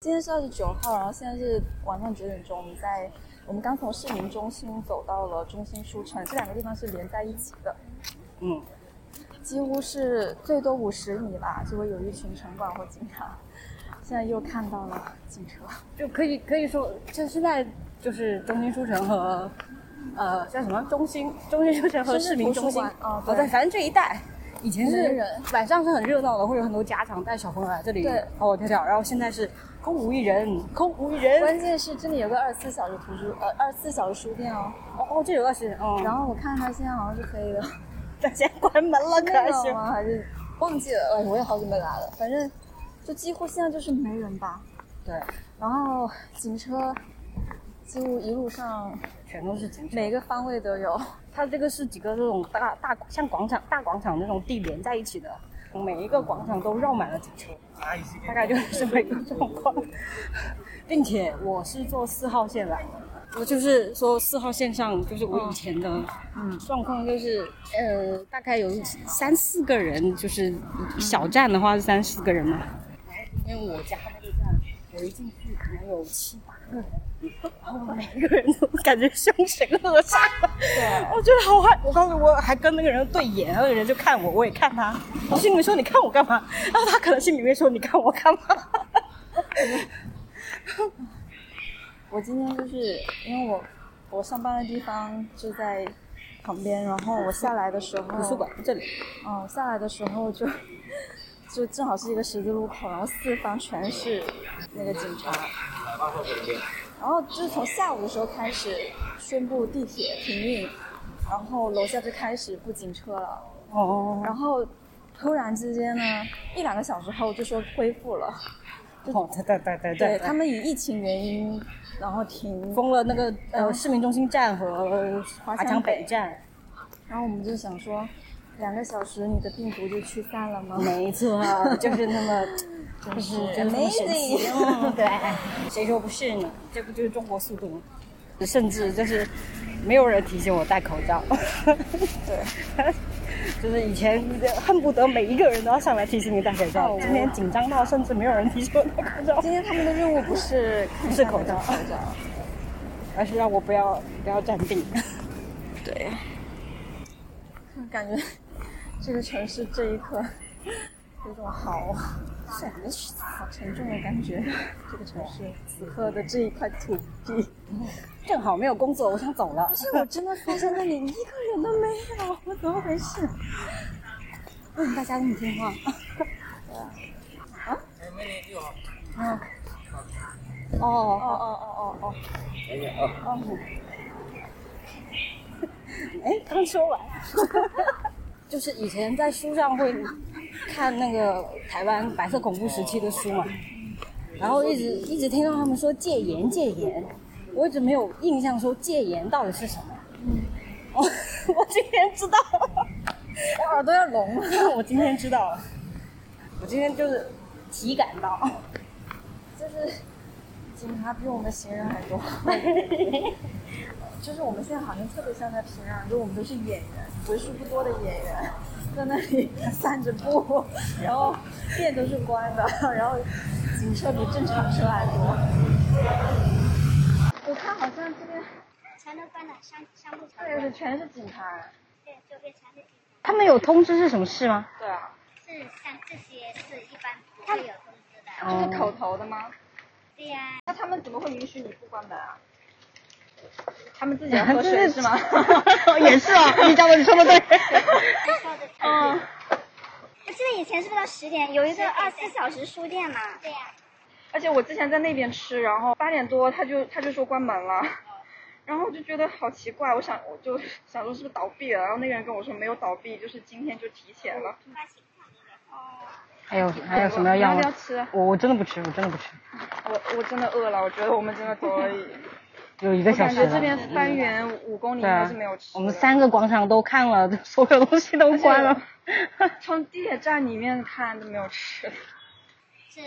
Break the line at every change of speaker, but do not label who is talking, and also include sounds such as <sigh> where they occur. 今天是二十九号，然后现在是晚上九点钟，我们在我们刚从市民中心走到了中心书城，这两个地方是连在一起的，
嗯，
几乎是最多五十米吧，就会有一群城管或警察。现在又看到了警车，
就可以可以说，就现在就是中心书城和呃叫什么中心中心书城和市民中心
深圳图书馆哦对
对，反正这一带。以前
没
是
人
晚上是很热闹的，会有很多家长带小朋友来这里
对
跑跑跳跳，然后现在是空无一人，空无一人。
关键是这里有个二十四小时图书呃二十四小时书店哦，
哦，这有二十，嗯， <laughs>
然后我看它现在好像是黑的，
大家关门了，可
<laughs> 那
惜
种。吗？还是忘记了？哎，我也好久没来了，反正就几乎现在就是没人吧。
对，
然后警车几乎一路上
全都是警察。
每个方位都有，
它这个是几个这种大大像广场大广场那种地连在一起的，每一个广场都绕满了警车，大概就是这么一个状况。并且我是坐四号线来的，我就是说四号线上就是我以前的状况就是，呃，大概有三四个人，就是小站的话是三四个人嘛。因为我家那个站，我一进去可能有七八个人，然后每个人都感觉凶神恶煞。
对
我觉得好害，我当时我还跟那个人对眼，那个人就看我，我也看他。我心里面说你看我干嘛？然后他可能心里面说你看我干嘛？
我今天就是因为我我上班的地方就在旁边，然后我下来的时候，
图书馆这里，
嗯，下来的时候就 <laughs> 就正好是一个十字路口，然后四方全是那个警察。然后就是从下午的时候开始宣布地铁停运，然后楼下就开始不警车了。
哦，
然后突然之间呢，一两个小时后就说恢复了。
哦，对对对对
对
对，
他们以疫情原因，然后停。
封了那个
嗯
呃市民中心站和
华
华
强
强
北
北站，
然后我们就想说，两个小时你的病毒就驱散了吗？
没错， <laughs> 就是那么。
真是
哦真的很神奇
amazing。
嗯对，谁说不是呢？这不就是中国速度吗？甚至就是没有人提醒我戴口罩，
<laughs> 对，
<laughs> 就是以前恨不得每一个人都要上来提醒你戴口罩，
哦
今天紧张到甚至没有人提醒我戴口
<laughs>
罩，<laughs>
今天他们的任务不是看
是
上
口
那个
罩
口罩。
而是让我不要不要站定。 <laughs>
对，感觉这个城市这一刻有种好好沉重的感觉。这个城市此刻的这一块土地，
正好没有工作，我想走了 <laughs>
不。是我真的发现那里一个人都没有，我怎么回事？
嗯，大家都很听话。
啊，哦
哦，
哦哦哦哦，
哎，刚说完。 <laughs> 就是以前在书上会看那个台湾白色恐怖时期的书嘛，然后一直一直听到他们说戒严戒严，我一直没有印象说戒严到底是什么。嗯， <laughs> 我我今天知道了。
我耳朵要聋了。
<laughs> 我今天知道了，我今天就是体感到，
就是警察比我们行人还 <laughs> 多。就是我们现在好像特别像在平壤，就我们都是演员，为数不多的演员，在那里散着步， <laughs> 然后店都是关的， <laughs> 然后警车比正常车还多。我看好像这边
全都关了，商商铺全
对
关
是
了，
全是警察。
对，周边全是警察。
他们有通知是什么事吗？
对啊，
是像这些是一般不会有通知的。
这是口头的吗？
对呀、
那他们怎么会允许你不关门啊？他们
<laughs>
自己要喝水是吗？
也是哦，你讲的你说的对。
最高的
嗯。
我记得以前是不是到十点有一个二十四小时书店嘛？
对呀、
而且我之前在那边吃，然后八点多他就他就说关门了， <laughs> 然后我就觉得好奇怪，我想我就想说是不是倒闭了，然后那个人跟我说没有倒闭，就是今天就提前了。
突发情况应该是。
还有还有什么要
我
要
们要不要吃？啊
我我真的不吃，我真的不吃，
我我真的饿了，我觉得我们真的走
<laughs>
了，我
<laughs> 有一个小
感
时
觉
了
这边方圆五公里应该是没有吃
啊
的。
我们三个广场都看了， <laughs> 所有东西都关了。
从地铁站里面看都没有吃的。
是